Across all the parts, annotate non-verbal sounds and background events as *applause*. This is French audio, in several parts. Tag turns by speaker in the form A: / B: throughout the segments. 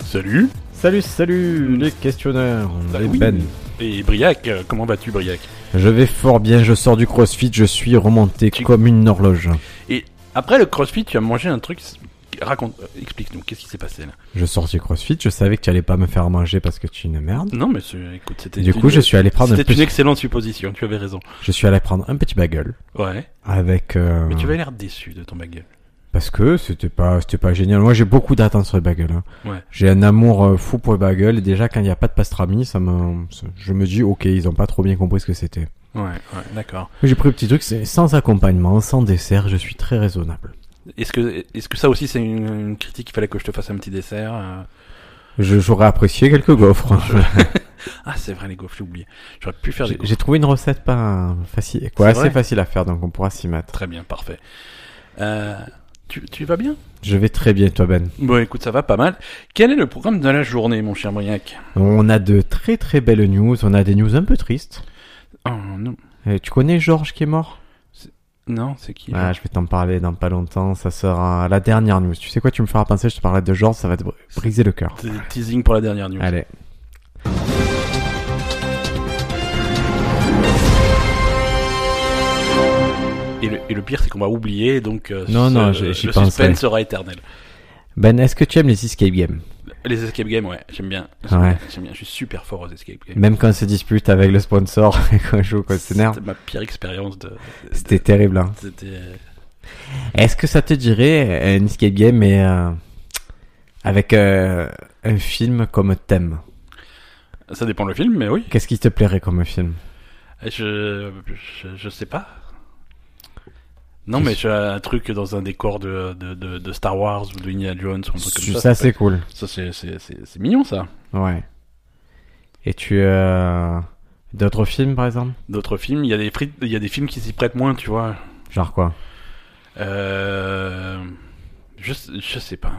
A: Salut
B: Salut, salut les questionneurs, les
A: Hmm. oui.
B: Ben.
A: Et Briac, euh, comment vas-tu Briac
B: Je vais fort bien, je sors du crossfit, je suis remonté
A: Tu-
B: comme une horloge.
A: Et après le crossfit, tu as mangé un truc... Raconte, euh, explique-nous, qu'est-ce qui s'est passé là
B: Je sors du crossfit, je savais que tu allais pas me faire manger parce que tu es une merde.
A: Non mais c'est- écoute, c'était...
B: Du
A: une- euh,
B: coup, je suis allé prendre un
A: C'était une
B: petit,
A: excellente supposition, tu avais raison.
B: je suis allé prendre un petit bagel
A: Ouais,
B: avec euh,
A: mais tu avais l'air déçu de ton bagel.
B: parce que c'était pas c'était pas génial. Moi, j'ai beaucoup d'attentes sur les bagels. hein.
A: Ouais.
B: J'ai un amour euh, fou pour les bagels et déjà quand il n'y a pas de pastrami, ça me je me dis OK, ils ont pas trop bien compris ce que c'était.
A: Ouais, ouais, d'accord.
B: J'ai pris le petit truc, c'est sans accompagnement, sans dessert, je suis très raisonnable.
A: Est-ce que, est-ce que ça aussi c'est une, une critique Il fallait que je te fasse un petit dessert euh
B: Je j'aurais apprécié quelques gaufres. hein.
A: Ah c'est vrai les gaufres, j'ai oublié. J'aurais pu faire des
B: J'ai
A: gaufres.
B: j'ai trouvé une recette pas facile, quoi,
A: C'est
B: assez
A: vrai
B: facile à faire, donc on pourra s'y mettre.
A: Très bien, parfait. Euh, tu, tu vas bien
B: Je vais très bien, toi Ben.
A: Bon écoute, ça va pas mal. Quel est le programme de la journée mon cher Briac
B: On a de très très belles news, on a des news un peu tristes.
A: Oh non,
B: Euh, tu connais Georges qui est mort
A: non c'est qui
B: Ah, je vais t'en parler dans pas longtemps, ça sera la dernière news. Tu sais quoi, tu me feras penser, je te parlais de Georges, ça va te br- briser le cœur.
A: Te- Teasing pour la dernière news.
B: Allez.
A: Et le, et le pire, c'est qu'on va oublier, donc euh,
B: Non,
A: ce-
B: non,
A: le
B: j'y- j'y
A: suspense
B: penserai.
A: sera éternel.
B: Ben, est-ce que tu aimes les escape games
A: Les escape games, ouais, j'aime bien. J'aime
B: Ouais.
A: bien, j'aime bien, je suis super fort aux escape games.
B: Même quand on se dispute avec le sponsor, *laughs* et qu'on joue au questionnaire,
A: C'était ma pire expérience de... de-
B: c'était
A: de-
B: terrible. Hein.
A: C'était...
B: Est-ce que ça te dirait une escape game mais euh, avec euh, un film comme thème
A: Ça dépend le film, mais oui.
B: Qu'est-ce qui te plairait comme film
A: Je... Je, je sais pas. Non, mais j'ai un truc dans un décor de, de, de, de Star Wars ou de Indiana Jones ou un truc comme ça.
B: Ça, ça c'est cool.
A: Ça, c'est- c'est c'est- c'est mignon, ça.
B: Ouais. Et tu euh, d'autres films par exemple
A: D'autres films, il y, a des frites- il y a des films qui s'y prêtent moins, tu vois.
B: Genre quoi
A: Euh, je, sais- je sais pas.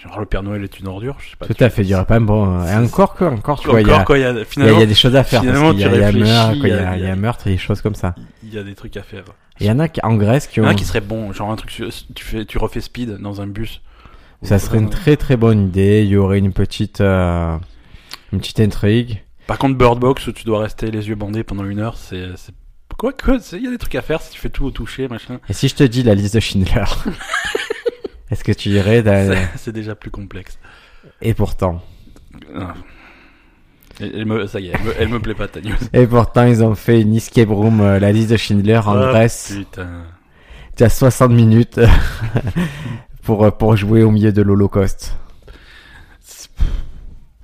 A: Genre le Père Noël est une ordure, je sais pas.
B: Tout à fait. Il y aurait pas un bon. euh, Et
A: c'est-
B: encore que encore tu
A: Encore
B: vois il y a
A: quoi, il y a
B: il y a- il
A: finalement
B: y a des choses à faire parce
A: finalement,
B: qu'il y a-
A: tu
B: il y a un
A: réfléchis,
B: meurtre, quoi, il
A: il
B: y
A: y a-
B: a il y a un meurtre et des choses comme ça.
A: il y a des trucs à faire.
B: Il y en a qui- en Grèce qui
A: Il y
B: ont
A: en a qui serait bon, genre un truc sur- tu fais tu refais speed dans un bus.
B: ça serait une très très bonne idée. Il y aurait une petite euh, une petite intrigue.
A: Par contre Bird Box où tu dois rester les yeux bandés pendant une heure, c'est c'est- quoi que c'est- il y a des trucs à faire si tu fais tout au toucher machin.
B: Et si je te dis la liste
A: *laughs*
B: de Schindler Est-ce que tu irais dans...
A: C'est- *laughs* C'est déjà plus complexe.
B: Et pourtant.
A: Ah. Elle elle me, ça y est, elle me, elle me plaît pas ta news.
B: Et pourtant, ils ont fait une escape room, euh, la liste de Schindler en
A: Ah,
B: Grèce.
A: Putain.
B: Tu as 60 minutes euh, *laughs* pour, euh, pour jouer au milieu de l'Holocauste.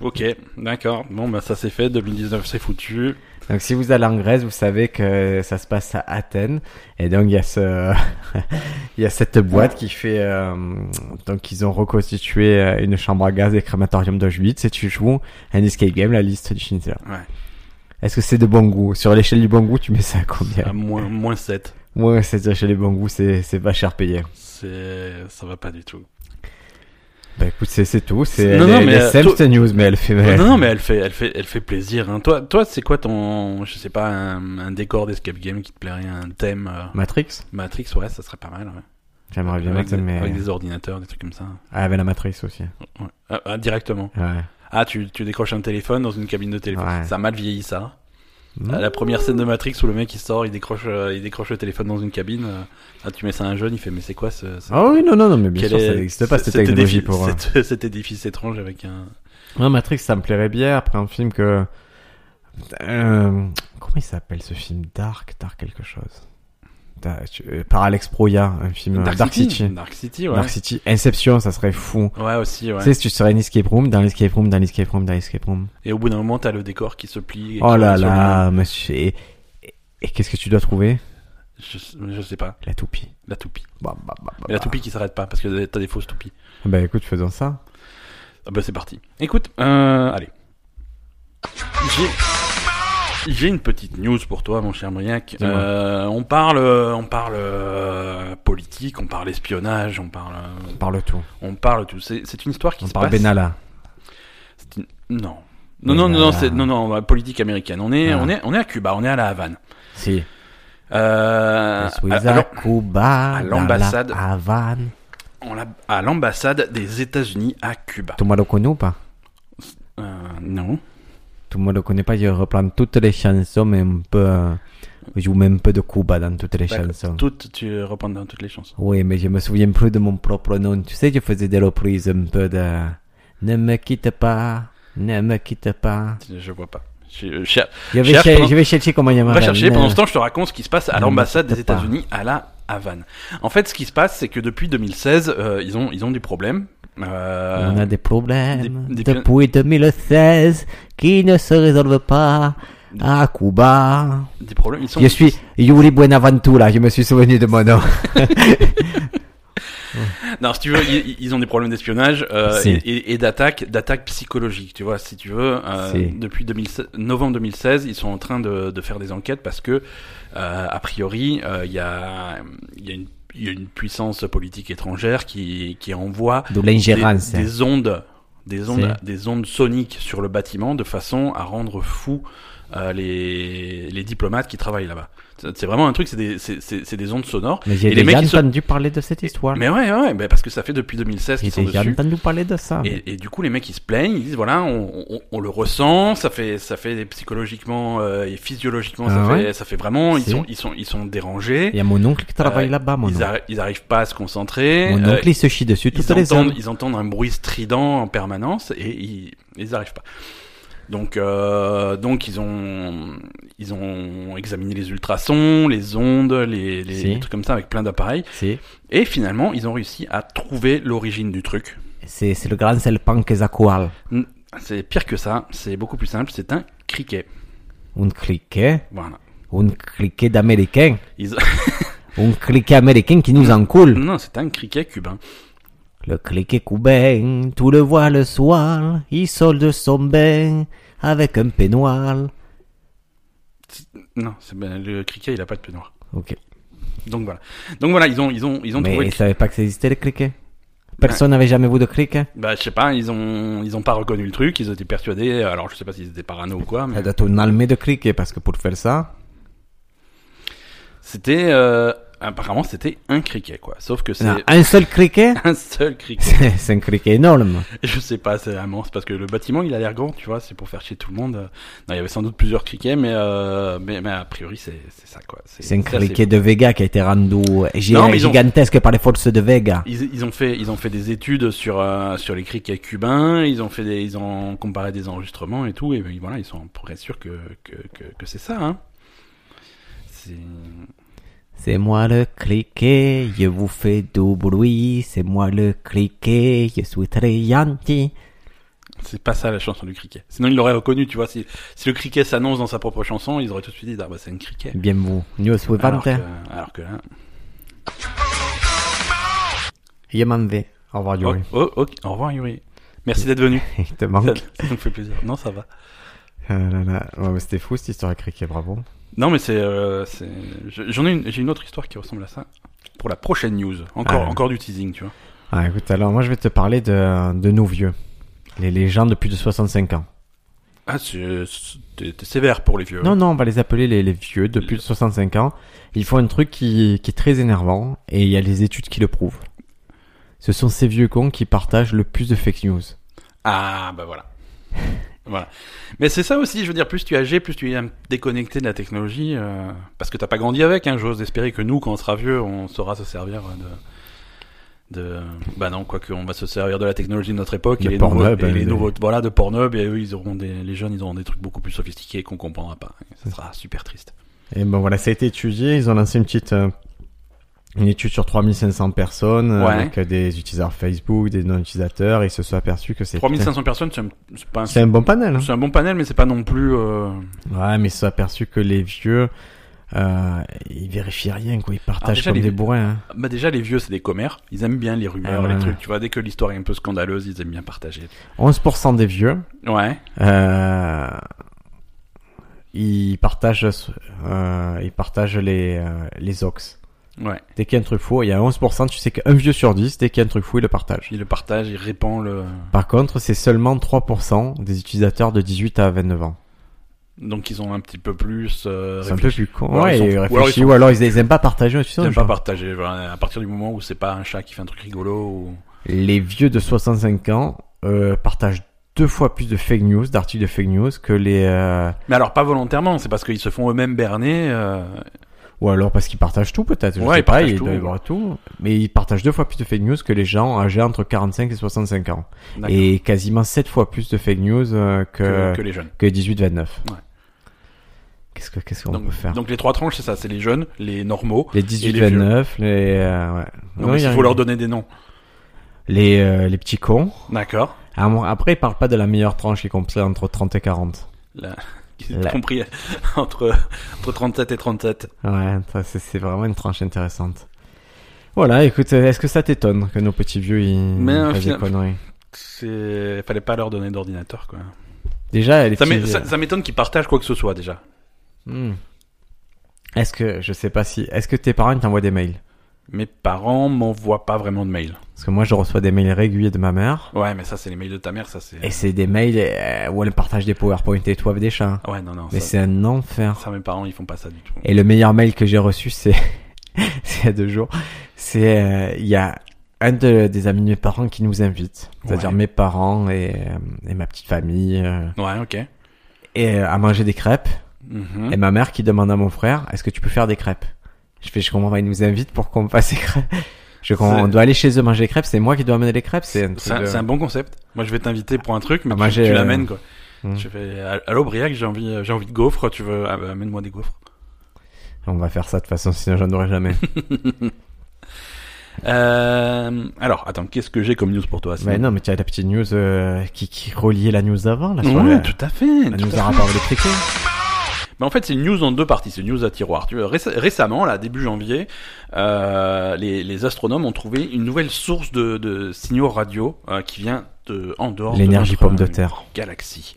A: Ok, d'accord. Bon, bah ça c'est fait. 2019, c'est foutu.
B: Donc, si vous allez en Grèce, vous savez que ça se passe à Athènes. Et donc, il y a ce, *laughs* il y a cette boîte qui fait, euh, donc, ils ont reconstitué euh, une chambre à gaz et crématorium d'Auschwitz et tu joues un escape game, la liste du Schindler.
A: Ouais.
B: Est-ce que c'est de bon goût? Sur l'échelle du bon goût, tu mets ça à combien?
A: À moins, moins 7.
B: Ouais, c'est-à-dire chez les bons goûts, c'est, c'est pas cher payé.
A: C'est, ça va pas du tout.
B: Bah écoute, c'est, c'est tout. C'est,
A: Non,
B: elle,
A: non,
B: elle
A: mais,
B: est
A: euh,
B: simple,
A: toi-
B: cette news, mais elle fait.
A: Non, non, mais elle fait, elle fait, elle fait plaisir. Hein. Toi, toi, c'est quoi ton, je sais pas, un, un décor d'escape game qui te plairait, un thème euh,
B: Matrix
A: Matrix, ouais, ça serait pas mal. Ouais.
B: J'aimerais bien
A: avec,
B: mettre,
A: des,
B: mais.
A: avec des ordinateurs, des trucs comme ça.
B: Ah, avec la Matrix aussi.
A: Ouais. Ah, ah, directement.
B: Ouais.
A: Ah, tu, tu décroches un téléphone dans une cabine de téléphone.
B: Ouais.
A: Ça a mal vieilli ça.
B: Mmh.
A: Ah, La première scène de Matrix où le mec il sort, il décroche, euh, il décroche le téléphone dans une cabine. euh, Ah, tu mets ça à un jeune, il fait mais c'est quoi ce, ce-
B: Ah oui, non, non, non, mais bien
A: quel
B: sûr,
A: est-
B: ça n'existe pas,
A: ce-
B: cette technologie
A: édifice,
B: pour. euh,
A: cet- *laughs* cet édifice étrange avec un.
B: Non, Matrix, ça me plairait bien. Après, un film que. Euh, Comment il s'appelle ce film Dark, Dark quelque chose. Dark- tu- euh, Par Alex Proya, un film. euh, Dark, City.
A: Dark City, ouais.
B: Dark City. Inception, ça serait fou.
A: Ouais, aussi, ouais.
B: Tu sais, si tu serais une escape room, dans l'escape room, dans l'escape room, dans l'escape room.
A: Et au bout d'un moment, t'as le décor qui se plie. et
B: Oh
A: qui
B: là
A: revient sur
B: là, monsieur. Et, et- et qu'est-ce que tu dois trouver
A: le- Je, je sais pas,
B: La toupie.
A: la toupie.
B: Bah, bah, bah, bah,
A: Mais la
B: bah.
A: toupie qui s'arrête pas parce que t'as des fausses toupies.
B: Bah écoute, faisons ça.
A: Ah bah c'est parti. Écoute, euh, allez. J'ai... J'ai une petite news pour toi, mon cher Briac.
B: Dis-moi.
A: Euh, on parle, on parle euh, politique, on parle espionnage, on parle, euh,
B: On parle tout.
A: on parle tout. C'est, c'est une histoire qui
B: On
A: se
B: parle
A: passe.
B: Benalla.
A: C'est une- Non. Non, non, non, non,
B: Benalla.
A: c'est, non, non, bah, politique américaine. On est,
B: Ah.
A: on est, on est à Cuba, on est à la Havane.
B: Si.
A: Euh,
B: Suiza,
A: alors,
B: Cuba,
A: à l'ambassade.
B: dans la Havane.
A: on l'a- à l'ambassade des États-Unis à Cuba.
B: Thomas Locono ou pas
A: Euh, non.
B: Tout le monde le connaît pas, je reprends toutes les chansons, mais un peu. euh, je joue même un peu de Cuba dans toutes les
A: D'accord.
B: chansons.
A: Toutes, tu reprends dans toutes les chansons.
B: Oui, mais je me souviens plus de mon propre nom. Tu sais, je faisais des reprises un peu de. Ne me quitte pas, ne me quitte pas.
A: Je vois pas. Je, je-
B: Je vais,
A: Cherche
B: cher-
A: pendant-
B: je vais chercher comment il y a
A: On
B: ma-
A: va chercher.
B: ne-
A: Pendant ce temps, je te raconte ce qui se passe à
B: Non,
A: l'ambassade
B: mais
A: des
B: c'est pas.
A: États-Unis à la Havane. En fait, ce qui se passe, c'est que depuis 2016, euh, ils ont ils ont des problèmes. Euh,
B: On a des problèmes
A: des- des-
B: depuis 2016 qui ne se résolvent pas à Cuba.
A: des problèmes. Ils sont.
B: Je suis Yuri Buenaventura, je me suis souvenu de mon nom.
A: Non, si tu veux, ils, ils ont des problèmes d'espionnage euh,
B: Si.
A: et, et- et d'attaque, d'attaque psychologique. Tu vois, si tu veux, euh,
B: Si.
A: depuis 2016 novembre 2016, ils sont en train de, de faire des enquêtes parce que, euh, a priori, euh, il y a il y a une il y a une puissance politique étrangère qui qui envoie
B: De l'ingérence.
A: des, des ondes, des ondes,
B: C'est-
A: des ondes soniques sur le bâtiment de façon à rendre fous euh, les, les diplomates qui travaillent là-bas. C'est c'est vraiment un truc, c'est des, c'est- c'est- c'est des ondes sonores.
B: Mais j'ai
A: Et les mecs,
B: déjà
A: ils sont-
B: entendu parler de cette histoire.
A: Mais ouais, ouais, ouais, bah parce que ça fait depuis 2016
B: J'ai
A: qu'ils sont
B: déjà
A: dessus.
B: entendu parler de ça.
A: Et, et du coup, les mecs ils se plaignent, ils disent voilà, on, on- on le ressent, ça fait, ça fait psychologiquement euh, et physiologiquement, ça,
B: Ah ouais
A: fait, ça fait vraiment, ils
B: Si.
A: sont, ils sont, ils sont dérangés.
B: Il y a mon oncle qui travaille
A: Euh,
B: là-bas, mon
A: Ils,
B: oncle.
A: arri- ils arrivent pas à se concentrer.
B: Mon
A: Euh,
B: oncle, il se chie dessus toutes
A: ils
B: les
A: entendent,
B: heures.
A: ils entendent un bruit strident en permanence et ils ils arrivent pas. Donc, euh, donc ils ont ils ont examiné les ultrasons, les ondes, les, les-
B: Si.
A: les trucs comme ça avec plein d'appareils
B: C'est,
A: et finalement ils ont réussi à trouver l'origine du truc.
B: c'est, c'est le grand serpent Quetzalcoatl.
A: C'est pire que ça, c'est beaucoup plus simple, c'est un criquet.
B: Un criquet,
A: Voilà.
B: un criquet d'américain, *laughs*
A: Ils-
B: un criquet américain qui nous encoule.
A: non, c'est un criquet cubain.
B: Le criquet cubain, tout le voit le soir, il solde son bain avec un peignoir.
A: Non, c'est ben, le criquet, il a pas de peignoir.
B: Ok.
A: Donc voilà. Donc voilà, ils ont ils ont ils ont
B: Mais
A: trouvé.
B: il
A: le
B: savait pas que ça existait le criquet. Personne n'avait jamais vu de criquet.
A: Bah, je sais pas, ils ont, ils ont pas reconnu le truc, ils étaient persuadés, alors je sais pas s'ils étaient parano ou quoi,
B: Ça
A: mais
B: doit être une armée de criquets parce que pour faire ça,
A: c'était, euh, apparemment c'était un criquet, quoi. Sauf que c'est
B: Non, un seul criquet,
A: *laughs* un seul criquet.
B: *laughs* c'est c'est un criquet énorme.
A: Je sais pas, c'est immense, parce que le bâtiment il a l'air grand, tu vois, c'est pour faire chier tout le monde. Non, il y avait sans doute plusieurs criquets, mais, euh, mais, mais a priori c'est, c'est ça, quoi.
B: C'est un
A: ça,
B: criquet de Vega qui a été rendu gi-
A: Non, mais ils ont-
B: gigantesque par les forces de Vega.
A: Ils, ils ont fait, ils ont fait des études sur, euh, sur les criquets cubains, ils ont fait des, ils ont comparé des enregistrements et tout, et ben, voilà, ils sont presque sûrs que, que, que, que c'est ça, hein. C'est...
B: C'est moi le criquet, je vous fais du bruit. C'est moi le criquet, je suis très gentil.
A: C'est pas ça la chanson du criquet. Sinon, il l'aurait reconnu, tu vois. Si, si le criquet s'annonce dans sa propre chanson, ils auraient tout de suite dit Ah bah c'est un criquet.
B: Bien vous. News
A: Alors
B: suivante.
A: que, alors que là. oh,
B: Je m'en vais. Au revoir,
A: Oh,
B: Yuri.
A: oh, ok. Au revoir, Yuri. Merci d'être venu.
B: *laughs* Il te
A: Ça, *laughs*
B: manque.
A: ça nous fait plaisir. Non, ça va.
B: Ah là là. Ouais, mais c'était fou cette histoire de criquet, bravo.
A: Non, mais c'est. euh, c'est- je- J'en ai une, j'ai une autre histoire qui ressemble à ça. Pour la prochaine news. Encore,
B: Ah.
A: encore du teasing, tu vois.
B: Ah, écoute, alors moi je vais te parler de, de nos vieux. Les, les gens de plus de 65 ans.
A: Ah, c'est- c'est- t'es t'es sévère pour les vieux.
B: Non, non, on va les appeler les, les vieux de plus de 65 ans. Ils font un truc qui, qui est très énervant et il y a les études qui le prouvent. Ce sont ces vieux cons qui partagent le plus de fake news.
A: Ah, bah voilà. voilà. Mais c'est ça aussi, je veux dire, plus tu es âgé, plus tu es déconnecté de la technologie, euh, parce que t'as pas grandi avec, hein, j'ose espérer que nous, quand on sera vieux, on saura se servir de... de... Bah non, quoique, on va se servir de la technologie de notre époque,
B: De
A: et les,
B: Pornhub,
A: nouveaux, et
B: hein,
A: les
B: des-
A: nouveaux- Voilà, de Pornhub, et eux, ils auront des... Les jeunes, ils auront des trucs beaucoup plus sophistiqués qu'on comprendra pas. Ça sera super triste.
B: Et ben voilà, ça a été étudié. Ils ont lancé une petite euh, une étude sur 3500 personnes euh,
A: Ouais.
B: avec euh, des utilisateurs Facebook, des non-utilisateurs. Et ils se sont aperçus que c'est
A: 3500 personnes, c'est un... c'est pas un...
B: c'est un bon panel. hein.
A: C'est un bon panel, mais c'est pas non plus... euh,
B: Ouais, mais ils se sont aperçus que les vieux, euh, ils vérifient rien, quoi. Ils partagent
A: Ah, déjà,
B: comme
A: les
B: des
A: vieux-
B: bourrins. hein.
A: Bah déjà, les vieux, c'est des commères. Ils aiment bien les rumeurs,
B: Ah ouais.
A: les trucs, tu vois. Dès que l'histoire est un peu scandaleuse, ils aiment bien partager.
B: 11% des vieux,
A: Ouais.
B: euh, ils partagent, euh, ils partagent les euh, les ox.
A: Ouais,
B: Dès qu'il y a un truc faux, il y a 11%. Tu sais qu'un vieux sur 10, dès qu'il y a un truc faux, il le partage.
A: il le partage, il répand le.
B: Par contre, c'est seulement 3% des utilisateurs de 18 à 29 ans.
A: Donc ils ont un petit peu plus. euh,
B: C'est un peu
A: réfléchi.
B: plus con.
A: Ou alors
B: ouais,
A: ils sont-
B: ils
A: ou alors ils
B: réfléchissent.
A: sont-
B: Ou alors ils ils aiment pas partager. Tu sais,
A: Ils aiment
B: genre.
A: pas partager. voilà, à partir du moment où c'est pas un chat qui fait un truc rigolo ou.
B: Les vieux de 65 ans euh, partagent deux fois plus de fake news, d'articles de fake news que les. euh,
A: Mais alors pas volontairement, c'est parce qu'ils se font eux-mêmes berner. euh,
B: Ou alors parce qu'ils partagent tout peut-être. je
A: Ouais,
B: sais
A: ils
B: pas,
A: partagent
B: ils
A: tout.
B: doivent avoir tout. Mais ils partagent deux fois plus de fake news que les gens âgés entre 45 et 65 ans.
A: d'accord,
B: Et quasiment sept fois plus de fake news euh, que,
A: que, que les jeunes.
B: que 18-29.
A: Ouais.
B: Qu'est-ce que qu'est-ce qu'on
A: Donc,
B: peut faire
A: donc les trois tranches, c'est ça, c'est les jeunes, les normaux.
B: Les
A: et les
B: 18-29, les, euh, ouais.
A: Non,
B: Non,
A: mais
B: il y
A: il
B: a
A: faut
B: rien.
A: leur donner des noms.
B: les euh, les petits cons.
A: D'accord.
B: Ah, bon, Après, ils parlent pas de la meilleure tranche qui est comprise entre 30 et 40.
A: *laughs* Là,
B: Là.
A: compris entre *laughs* entre 37 et 37.
B: Ouais, ça, c'est c'est vraiment une tranche intéressante. Voilà, écoute, euh, est-ce que ça t'étonne que nos petits vieux ils
A: Mais, euh,
B: fassent des
A: finalement-
B: conneries
A: C'est fallait pas leur donner d'ordinateur quoi.
B: Déjà, les
A: Ça
B: petits-
A: m'é- ça- ça m'étonne qu'ils partagent quoi que ce soit déjà.
B: Hmm. Est-ce que, je sais pas si, est-ce que tes parents ils t'envoient des mails
A: Mes parents m'envoient pas vraiment de mails.
B: Parce que moi, je reçois des mails réguliers de ma mère.
A: Ouais, mais ça c'est les mails de ta mère, ça c'est.
B: Et c'est des mails euh, où elle partage des PowerPoint et toi avec des chats.
A: Ah Ouais, non non.
B: Mais
A: ça-
B: c'est un enfer.
A: Ça, mes parents, ils font pas ça du tout.
B: Et le meilleur mail que j'ai reçu, c'est *laughs* c'est il y a deux jours. C'est euh, il y a un de- des amis de mes parents qui nous invite, c'est-à-dire
A: Ouais.
B: mes parents et, euh, et ma petite famille, euh,
A: Ouais, ok.
B: et euh, à manger des crêpes.
A: Mhm.
B: Et ma mère qui demande à mon frère, est-ce que tu peux faire des crêpes Je fais, je comprends pas, ils nous invitent pour qu'on fasse des crêpes. Je comprends,
A: C'est-
B: on doit aller chez eux manger des crêpes, c'est moi qui dois amener les crêpes, c'est un
A: C'est
B: truc
A: un,
B: de-
A: c'est un bon concept. Moi, je vais t'inviter pour un truc, mais
B: Ah, moi,
A: tu,
B: j'ai,
A: tu
B: euh,
A: l'amènes, quoi.
B: hmm.
A: Je fais, allô, Briac, j'ai envie, j'ai envie de gaufres, tu veux, ah, bah, amène-moi des gaufres.
B: On va faire ça de toute façon, sinon j'en
A: *laughs*
B: aurai jamais.
A: Euh, alors, attends, qu'est-ce que j'ai comme news pour toi, sinon
B: mais non, mais tu as la petite news euh, qui, qui reliait la news avant, là, sur
A: Ouais,
B: la-
A: tout à fait.
B: la
A: tout
B: news
A: à
B: à
A: fait.
B: rapport avec le cricket.
A: Mais en fait, c'est une news en deux parties. C'est une news à tiroir. Tu vois, réc- récemment, là, début janvier, euh, les, les astronomes ont trouvé une nouvelle source de, de signaux radio euh, qui vient de en dehors de
B: L'énergie
A: notre,
B: pomme de
A: euh,
B: terre.
A: galaxie.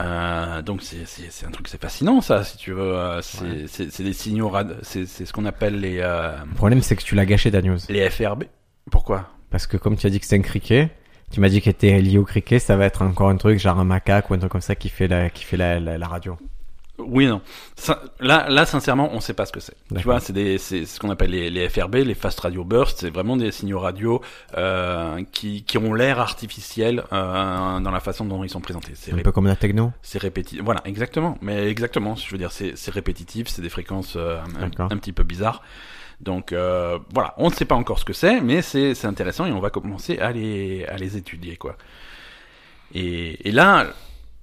A: Euh, donc c'est c'est- c'est un truc c'est fascinant ça si tu veux Euh, c'est
B: Ouais.
A: c'est- c'est des signaux rad- c'est c'est ce qu'on appelle les euh,
B: Le problème, c'est que tu l'as gâché ta news.
A: les FRB pourquoi
B: Parce que comme tu as dit que c'est un criquet, tu m'as dit qu'elle était liée au criquet, ça va être encore un truc, genre un macaque ou un truc comme ça qui fait la, qui fait la, la, la radio.
A: oui non Ça- là là sincèrement on sait pas ce que c'est tu
B: D'accord.
A: vois c'est des c'est ce qu'on appelle les, les FRB les fast radio bursts c'est vraiment des signaux radio euh, qui qui ont l'air artificiels euh, dans la façon dont ils sont présentés c'est
B: Un
A: ré-
B: peu comme la techno.
A: c'est répétitif voilà exactement mais exactement je veux dire c'est c'est répétitif c'est des fréquences euh, un-
B: D'accord.
A: un, petit peu bizarres donc euh, voilà on ne sait pas encore ce que c'est mais c'est c'est intéressant et on va commencer à les à les étudier quoi et, et là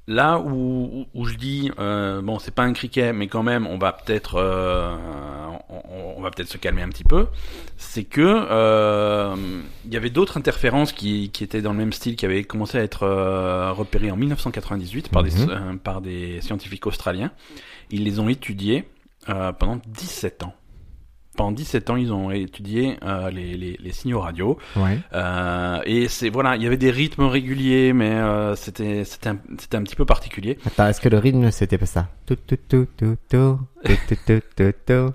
A: là où, où je dis euh, bon c'est pas un criquet mais quand même on va peut-être euh, on, on va peut-être se calmer un petit peu c'est que euh, il y avait d'autres interférences qui, qui étaient dans le même style qui avaient commencé à être euh, repérées en 1998 par des
B: Mhm.
A: euh, par des scientifiques australiens ils les ont étudiées euh, pendant 17 ans pendant 17 ans, ils ont étudié euh, les, les, les signaux radio.
B: Ouais.
A: Euh, et c'est voilà, il y avait des rythmes réguliers, mais euh, c'était c'était un, c'était un petit peu particulier.
B: Attends, est-ce que le rythme, c'était pas ça Tout, tout, tout, tout, tout, tout, tout, tout, tout, tout.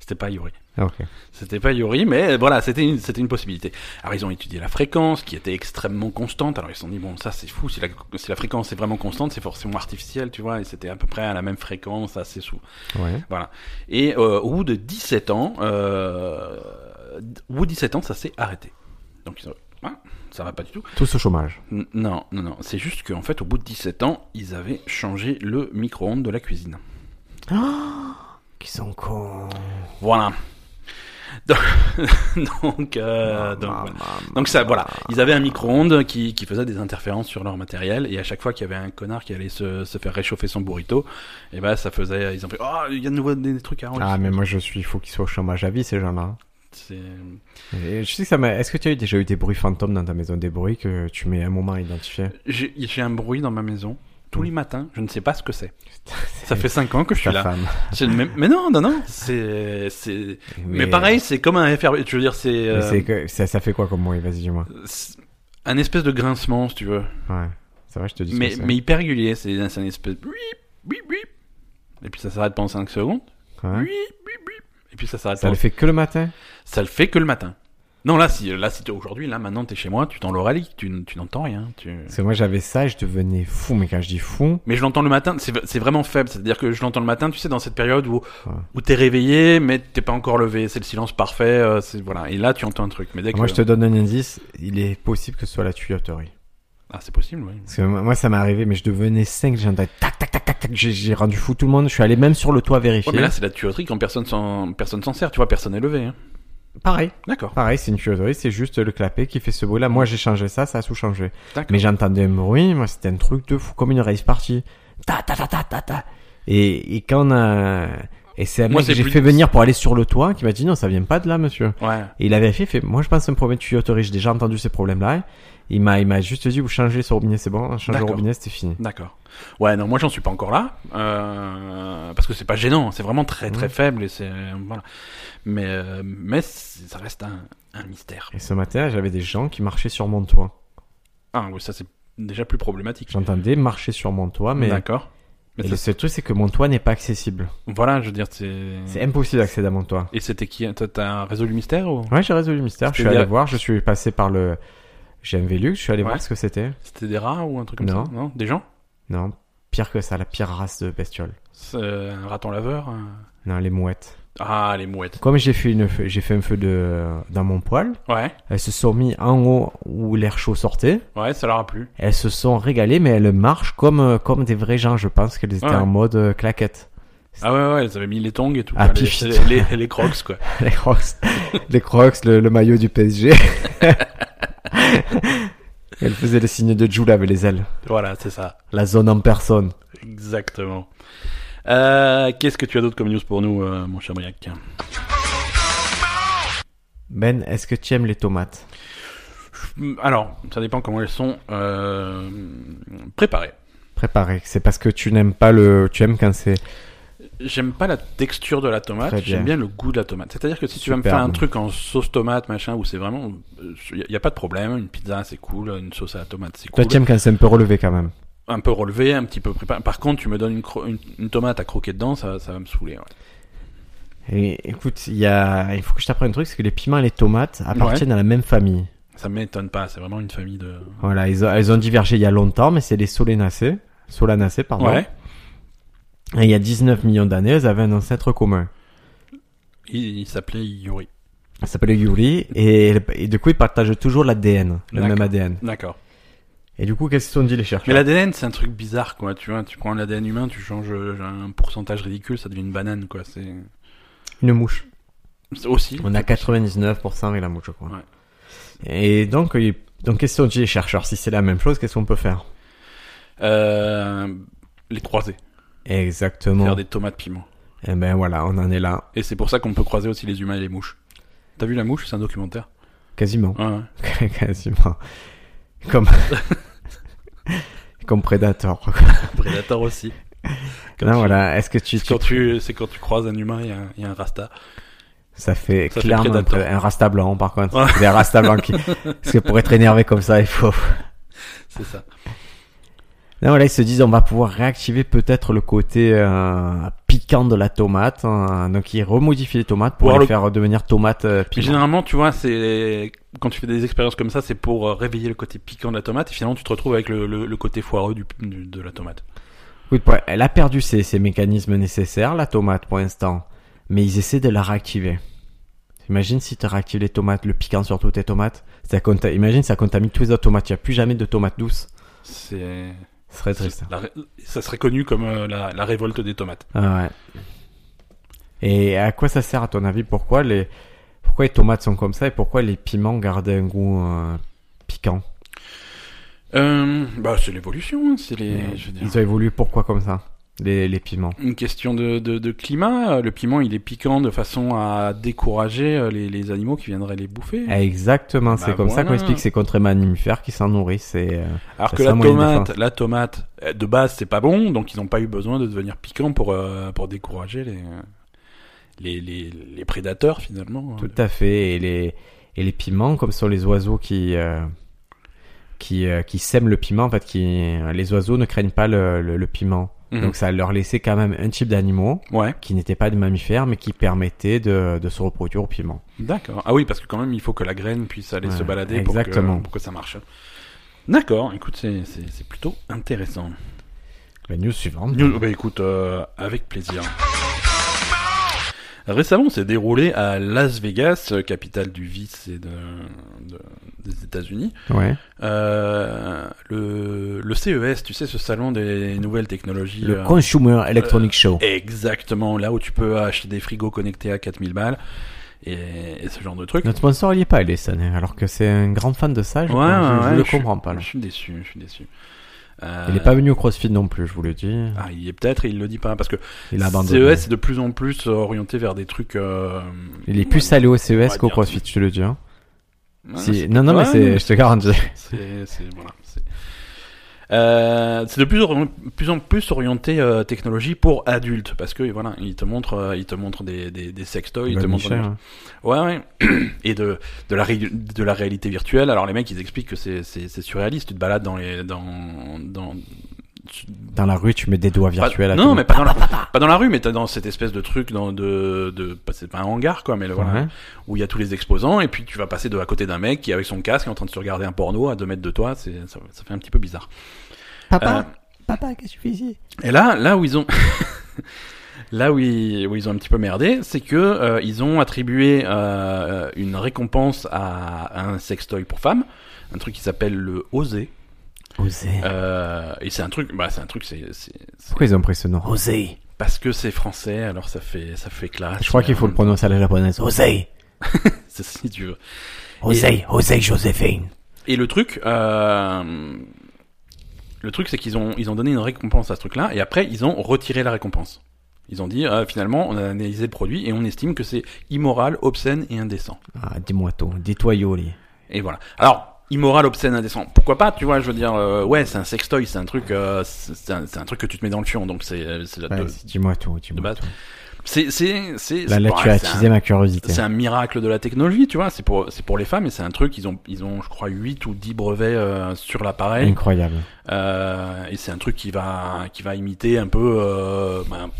A: C'était pas Yuri.
B: Ah, Ok.
A: C'était pas Yuri, mais euh, voilà, c'était une, c'était une possibilité. Alors ils ont étudié la fréquence, qui était extrêmement constante. Alors ils se sont dit bon, ça c'est fou. Si la, si la fréquence est vraiment constante, c'est forcément artificiel, tu vois. Et c'était à peu près à la même fréquence, assez souvent.
B: Ouais.
A: Et euh, au bout de 17 ans, euh, au bout de 17 ans, ça s'est arrêté. Donc ils ont Ah, ça va pas du tout.
B: Tous au chômage.
A: N- Non, non, non. C'est juste qu'en fait, au bout de 17 ans, ils avaient changé le micro-ondes de la cuisine.
B: Qui sont cons.
A: Voilà. *laughs* Donc, donc, euh, donc, voilà. Donc ça, voilà. Ils avaient un micro-ondes qui, qui faisait des interférences sur leur matériel, et à chaque fois qu'il y avait un connard qui allait se, se faire réchauffer son burrito, et ben ça faisait, ils ont fait, oh, il y a de nouveau des, des trucs à enregistrer.
B: Ah, mais moi, je suis, il faut qu'ils soient au chômage à vie, ces gens-là.
A: C'est-
B: Et Je sais que ça m'a, est-ce que tu as eu déjà eu des bruits fantômes dans ta maison, des bruits que tu mets un moment à identifier
A: J'ai j'ai un bruit dans ma maison tous les matins. Je ne sais pas ce que c'est.
B: Ça
A: Ça fait 5 ans que je suis
B: ta
A: là.
B: femme.
A: Je ne- Mais, mais non, non, non. C'est, c'est. Mais, pareil, c'est comme un FRB. Je veux dire, c'est.
B: Mais
A: euh,
B: c'est que- ça, ça fait quoi comme bruit Vas-y, dis-moi.
A: C'est un espèce de grincement, si tu veux.
B: Ouais. Ça va, je te dis. ce
A: Mais,
B: que c'est.
A: mais hyper régulier. C'est un c'est un espèce de... bip, bip, bip. Et puis ça s'arrête pendant 5 secondes.
B: Ouais.
A: Bip, bip, bip. Et puis ça s'arrête
B: Ça le
A: pendant...
B: fait que le matin
A: Ça le fait que le matin. Non, là, si, là, si t'es aujourd'hui, là, maintenant, t'es chez moi, tu tends l'oralie, tu, n- tu n'entends rien. Tu...
B: Parce que moi j'avais ça et je devenais fou, mais quand je dis fou,
A: Mais je l'entends le matin, c'est c'est vraiment faible. C'est-à-dire que je l'entends le matin, tu sais, dans cette période où,
B: Ouais.
A: où t'es réveillé, mais t'es pas encore levé. C'est le silence parfait. euh, c'est- voilà. Et là, tu entends un truc. Mais dès que...
B: moi je te donne un indice, il est possible que ce soit la tuyauterie.
A: Ah, c'est possible, oui.
B: Parce que moi, moi, ça m'est arrivé, mais je devenais 5, j'ai entendu tac, tac, tac, tac, tac, j'ai- j'ai rendu fou tout le monde. Je suis allé même sur le toit vérifier.
A: Ouais, mais là, c'est la tuyauterie quand personne s'en personne s'en sert, tu vois, personne n'est levé. hein.
B: pareil.
A: D'accord.
B: Pareil, c'est une tuyauterie, c'est juste le clapet qui fait ce bruit-là. Moi, j'ai changé ça, ça a tout changé.
A: D'accord.
B: Mais j'entendais un bruit, moi, c'était un truc de fou, comme une rave party. Ta, ta, ta, ta, ta, ta. Et, et quand on a... Et c'est un
A: Moi,
B: mec que
A: c'est
B: j'ai
A: plus-
B: fait venir pour aller sur le toit qui m'a dit non, ça vient pas de là, monsieur.
A: Ouais.
B: Et il a vérifié, il fait, moi je pense que c'est un problème de tuyauterie, j'ai déjà entendu ces problèmes-là. Il m'a, il m'a juste dit, vous changez ce robinet, c'est bon, hein, changez le
A: D'accord.
B: robinet, c'était fini.
A: D'accord. Ouais, non, moi j'en suis pas encore là, euh, parce que c'est pas gênant, c'est vraiment très très
B: Mhm.
A: faible et c'est voilà. Mais euh, mais c'est- ça reste un, un mystère.
B: Et ce matin, j'avais des gens qui marchaient sur mon toit.
A: Ah oui, ça c'est déjà plus problématique.
B: J'entendais marcher sur mon toit, mais
A: D'accord. Mais ça-
B: et
A: Mmh.
B: le seul truc, c'est que mon toit n'est pas accessible.
A: Voilà, je veux dire c'est.
B: C'est impossible d'accéder à mon toit.
A: Et c'était qui T'as- T'as résolu le mystère ou
B: Ouais, j'ai résolu le mystère. Je suis
A: C'est-à-dire-
B: allé voir, je suis passé par le. J'ai un Velux, je suis allé
A: Ouais.
B: voir ce que c'était.
A: C'était des rats ou un truc comme
B: Non.
A: ça Non, des gens
B: Non, pire que ça, la pire race de bestioles.
A: C'est Un raton laveur un-
B: Non, les mouettes.
A: Ah, les mouettes.
B: Comme j'ai fait, une... feu- j'ai fait un feu de... dans mon poêle,
A: Ouais,
B: elles se sont mis en haut où l'air chaud sortait.
A: ouais, ça leur a plu.
B: Elles se sont régalées, mais elles marchent comme, euh, comme des vrais gens, je pense qu'elles étaient
A: Ouais.
B: en mode euh, claquette. *laughs*
A: Ah ouais, ouais, elles avaient mis les tongs et tout.
B: Ah,
A: quoi,
B: pif.
A: les, les, les- les crocs, quoi.
B: Les crocs, *laughs* les crocs le, le maillot
A: *laughs*
B: du PSG. elles faisaient le signe de Jules avec les ailes.
A: Voilà, c'est ça.
B: La zone en personne.
A: Exactement. Euh, Qu'est-ce que tu as d'autre comme news pour nous, euh, mon cher Briac
B: Ben, est-ce que tu aimes les tomates
A: Hum, Alors, ça dépend comment elles sont euh, préparées.
B: préparé. C'est parce que tu n'aimes pas le. Tu aimes quand c'est.
A: J'aime pas la texture de la tomate,
B: Très bien.
A: j'aime bien le goût de la tomate. C'est-à-dire que si tu vas me
B: Superbe.
A: faire un truc en sauce tomate, machin, où c'est vraiment... Il n'y a pas de problème, une pizza c'est cool, une sauce à la tomate c'est
B: Toi,
A: cool.
B: tu aimes quand c'est un peu relevé quand même.
A: Un peu relevé, un petit peu préparé. Par contre, tu me donnes une, cro- une, une tomate à croquer dedans, ça, ça va me saouler. ouais.
B: Et écoute, il y a... il faut que je t'apprenne un truc, c'est que les piments et les tomates appartiennent à la même famille.
A: Ça m'étonne pas, c'est vraiment une famille de...
B: Voilà, ils ont, elles ont divergé il y a longtemps, mais c'est les solanacées. Solanacées, pardon.
A: Ouais,
B: Et il y a 19 millions d'années, elles avaient un ancêtre commun.
A: il, il s'appelait Yuri.
B: Ça s'appelait Yuri, et, et du coup, ils partagent toujours l'ADN, le
A: D'accord.
B: même ADN.
A: D'accord.
B: Et du coup, qu'est-ce qu'ils se sont dit les chercheurs
A: Mais l'ADN, c'est un truc bizarre, quoi. Tu vois, tu prends l'ADN humain, tu changes euh, un pourcentage ridicule, ça devient une banane, quoi. C'est
B: Une mouche.
A: c'est aussi.
B: On a 99% avec la mouche, je crois.
A: Ouais.
B: Et donc, ils- donc qu'est-ce qu'ils se sont dit les chercheurs Si c'est la même chose, qu'est-ce qu'on peut faire
A: Euh, les croiser,
B: Exactement.
A: faire des tomates piment.
B: Et ben voilà, on en est là,
A: Et c'est pour ça qu'on peut croiser aussi les humains et les mouches. T'as vu la mouche C'est un documentaire.
B: quasiment, *laughs*
A: Ouais, *laughs* ouais.
B: quasiment, comme *laughs* comme Predator.
A: Predator aussi. Quand
B: Non,
A: tu-
B: voilà, est-ce que tu,
A: C'est
B: tu-
A: quand tu, c'est quand tu croises un humain et un, et un rasta.
B: ça fait
A: ça fait
B: clairement un
A: Predator.
B: pré- un rasta blanc par contre,
A: Ouais.
B: des rasta
A: *laughs*
B: blancs qui, parce que pour être énervé comme ça, il faut.
A: C'est ça.
B: Non, voilà, ils se disent on va pouvoir réactiver peut-être le côté euh, piquant de la tomate, hein. donc ils remodifient les tomates pour
A: Voir
B: les
A: le-
B: faire devenir tomates euh,
A: Mais
B: piquantes.
A: généralement, tu vois, c'est quand tu fais des expériences comme ça, c'est pour euh, réveiller le côté piquant de la tomate. Et finalement, tu te retrouves avec le, le- le côté foireux du, du- de la tomate.
B: Écoute, pour- elle a perdu ses, ses mécanismes nécessaires, la tomate, pour l'instant. Mais ils essaient de la réactiver. Imagine si tu réactives les tomates, le piquant sur toutes tes tomates. Ça conta- Imagine, ça contamine tous les autres tomates. Il n'y a plus jamais de tomates douces.
A: C'est
B: Ce serait triste. hein.
A: La ré- ça serait connu comme euh, la, la révolte des tomates.
B: Ah ouais. Et à quoi ça sert, à ton avis Pourquoi les... pourquoi les tomates sont comme ça et pourquoi les piments gardent un goût euh, piquant
A: Euh, bah, c'est l'évolution, hein, c'est les.
B: Mais
A: je veux dire,
B: Ils ont évolué pourquoi comme ça les, les piments.
A: Une question de, de, de climat. euh, Le piment, il est piquant de façon à décourager euh, les, les animaux qui viendraient les bouffer.
B: Exactement, c'est comme
A: Mmh. Bah
B: ça qu'on
A: voilà.
B: explique ces contrées mammifères qui s'en nourrissent. Et, euh,
A: Alors
B: c'est
A: que
B: ça,
A: la
B: moyen de
A: tomate,
B: défense.
A: la tomate, euh, de base, c'est pas bon, donc ils n'ont pas eu besoin de devenir piquant pour euh, pour décourager les euh, les, les, les prédateurs finalement.
B: Tout à fait. Et les, et les piments, comme ce sont les oiseaux qui, euh, qui, euh, qui sèment le piment, en fait, qui, les oiseaux ne craignent pas le, le, le piment.
A: Mhm.
B: Donc ça leur laissait quand même un type d'animaux
A: Ouais,
B: qui n'était pas des mammifères, mais qui permettait de, de se reproduire au piment.
A: d'accord. Ah oui, parce que quand même, il faut que la graine puisse aller se
B: Ouais,
A: balader pour que,
B: exactement.
A: pour que ça marche. D'accord, écoute, c'est- c'est c'est plutôt intéressant.
B: La news suivante.
A: News- bah écoute, euh, avec plaisir. Récemment, s'est déroulé à Las Vegas, euh, capitale du vice et de, de- des États-Unis.
B: Ouais.
A: Euh, le, le CES, tu sais, ce salon des nouvelles technologies.
B: Le
A: euh,
B: Consumer Electronic Show.
A: exactement, là où tu peux acheter des frigos connectés à 4000 balles et, et ce genre de trucs.
B: Notre sponsor, il n'y est pas, Ellison, alors que c'est un grand fan de ça. Je
A: Ouais,
B: je-
A: ouais,
B: je
A: ouais,
B: le
A: je suis-
B: comprends pas. là.
A: Je suis déçu, je suis déçu. Euh,
B: Il n'est pas venu au CrossFit non plus, je vous le dis.
A: Ah, il y est peut-être et il le dit pas parce que
B: Il a abandonné.
A: CES est de plus en plus euh, orienté vers des trucs. euh,
B: Il est plus allé au CES
A: Ouais,
B: qu'au
A: bien.
B: CrossFit, je te le dis. hein.
A: ouais,
B: Si- Non, non, mais
A: ouais,
B: c'est, je te garantis.
A: C'est c'est- voilà, c'est- Euh, c'est de plus, or- plus en plus orienté euh, technologie pour adultes parce que voilà, il te montre, euh, il te montre des, des, des sextoys, il
B: Bah,
A: te montre
B: Michel,
A: des-
B: hein.
A: ouais, ouais. *clears throat* et de, de, la ré- de la réalité virtuelle. Alors les mecs, ils expliquent que c'est c'est- c'est surréaliste. Tu te balades dans les dans dans
B: Dans la rue, tu mets des doigts virtuels.
A: Pas-
B: à tout
A: non,
B: le
A: mais
B: monde.
A: pas dans, la, *laughs* pas dans la rue, mais t'as dans cette espèce de truc dans de, de pas- c'est pas un hangar quoi, mais le, voilà,
B: Ouais.
A: où il y a tous les exposants et puis tu vas passer de à côté d'un mec qui est avec son casque est en train de se regarder un porno à deux mètres de toi, c'est ça, ça fait un petit peu bizarre.
B: Papa,
A: Euh,
B: papa, qu'est-ce que tu fais ici
A: et là, là où ils ont, *laughs* là où ils, où ils ont un petit peu merdé, c'est que euh, ils ont attribué euh, une récompense à, à un sextoy pour femmes, un truc qui s'appelle le Osé.
B: Osez.
A: Euh, et c'est un truc, bah c'est un truc, c'est, c'est- c'est-
B: Pourquoi ils ont pris ce nom Osez.
A: parce que c'est français, alors ça fait, ça fait classe. euh,
B: Je crois qu'il faut le prononcer à la japonaise. Osez.
A: C'est si tu veux.
B: Osez. Osez Joséphine.
A: Et le truc, euh, le truc, c'est qu'ils ont, ils ont donné une récompense à ce truc-là, et après, ils ont retiré la récompense. Ils ont dit, euh, finalement, on a analysé le produit et on estime que c'est immoral, obscène et indécent.
B: Ah, dis-moi tout. Dis-toi Yoli.
A: Et voilà. Alors, immoral, obscène, indécent. Pourquoi pas, tu vois, je veux dire, euh, ouais, c'est un sextoy, c'est un truc, euh, c'est c'est un, c'est un truc que tu te mets dans le fion, donc c'est, euh, c'est la
B: Ouais,
A: de-
B: dis-moi tout.
A: de
B: Dis-moi
A: base.
B: tout.
A: C'est, c'est, c'est,
B: Là,
A: c'est-
B: là,
A: bon,
B: tu as
A: c'est un-
B: attisé ma curiosité.
A: C'est un miracle de la technologie, tu vois. C'est pour, c'est pour les femmes et c'est un truc. Ils ont, ils ont, je crois, 8 ou 10 brevets euh, sur l'appareil.
B: Incroyable.
A: Euh, et c'est un truc qui va, qui va imiter un peu, euh, ben,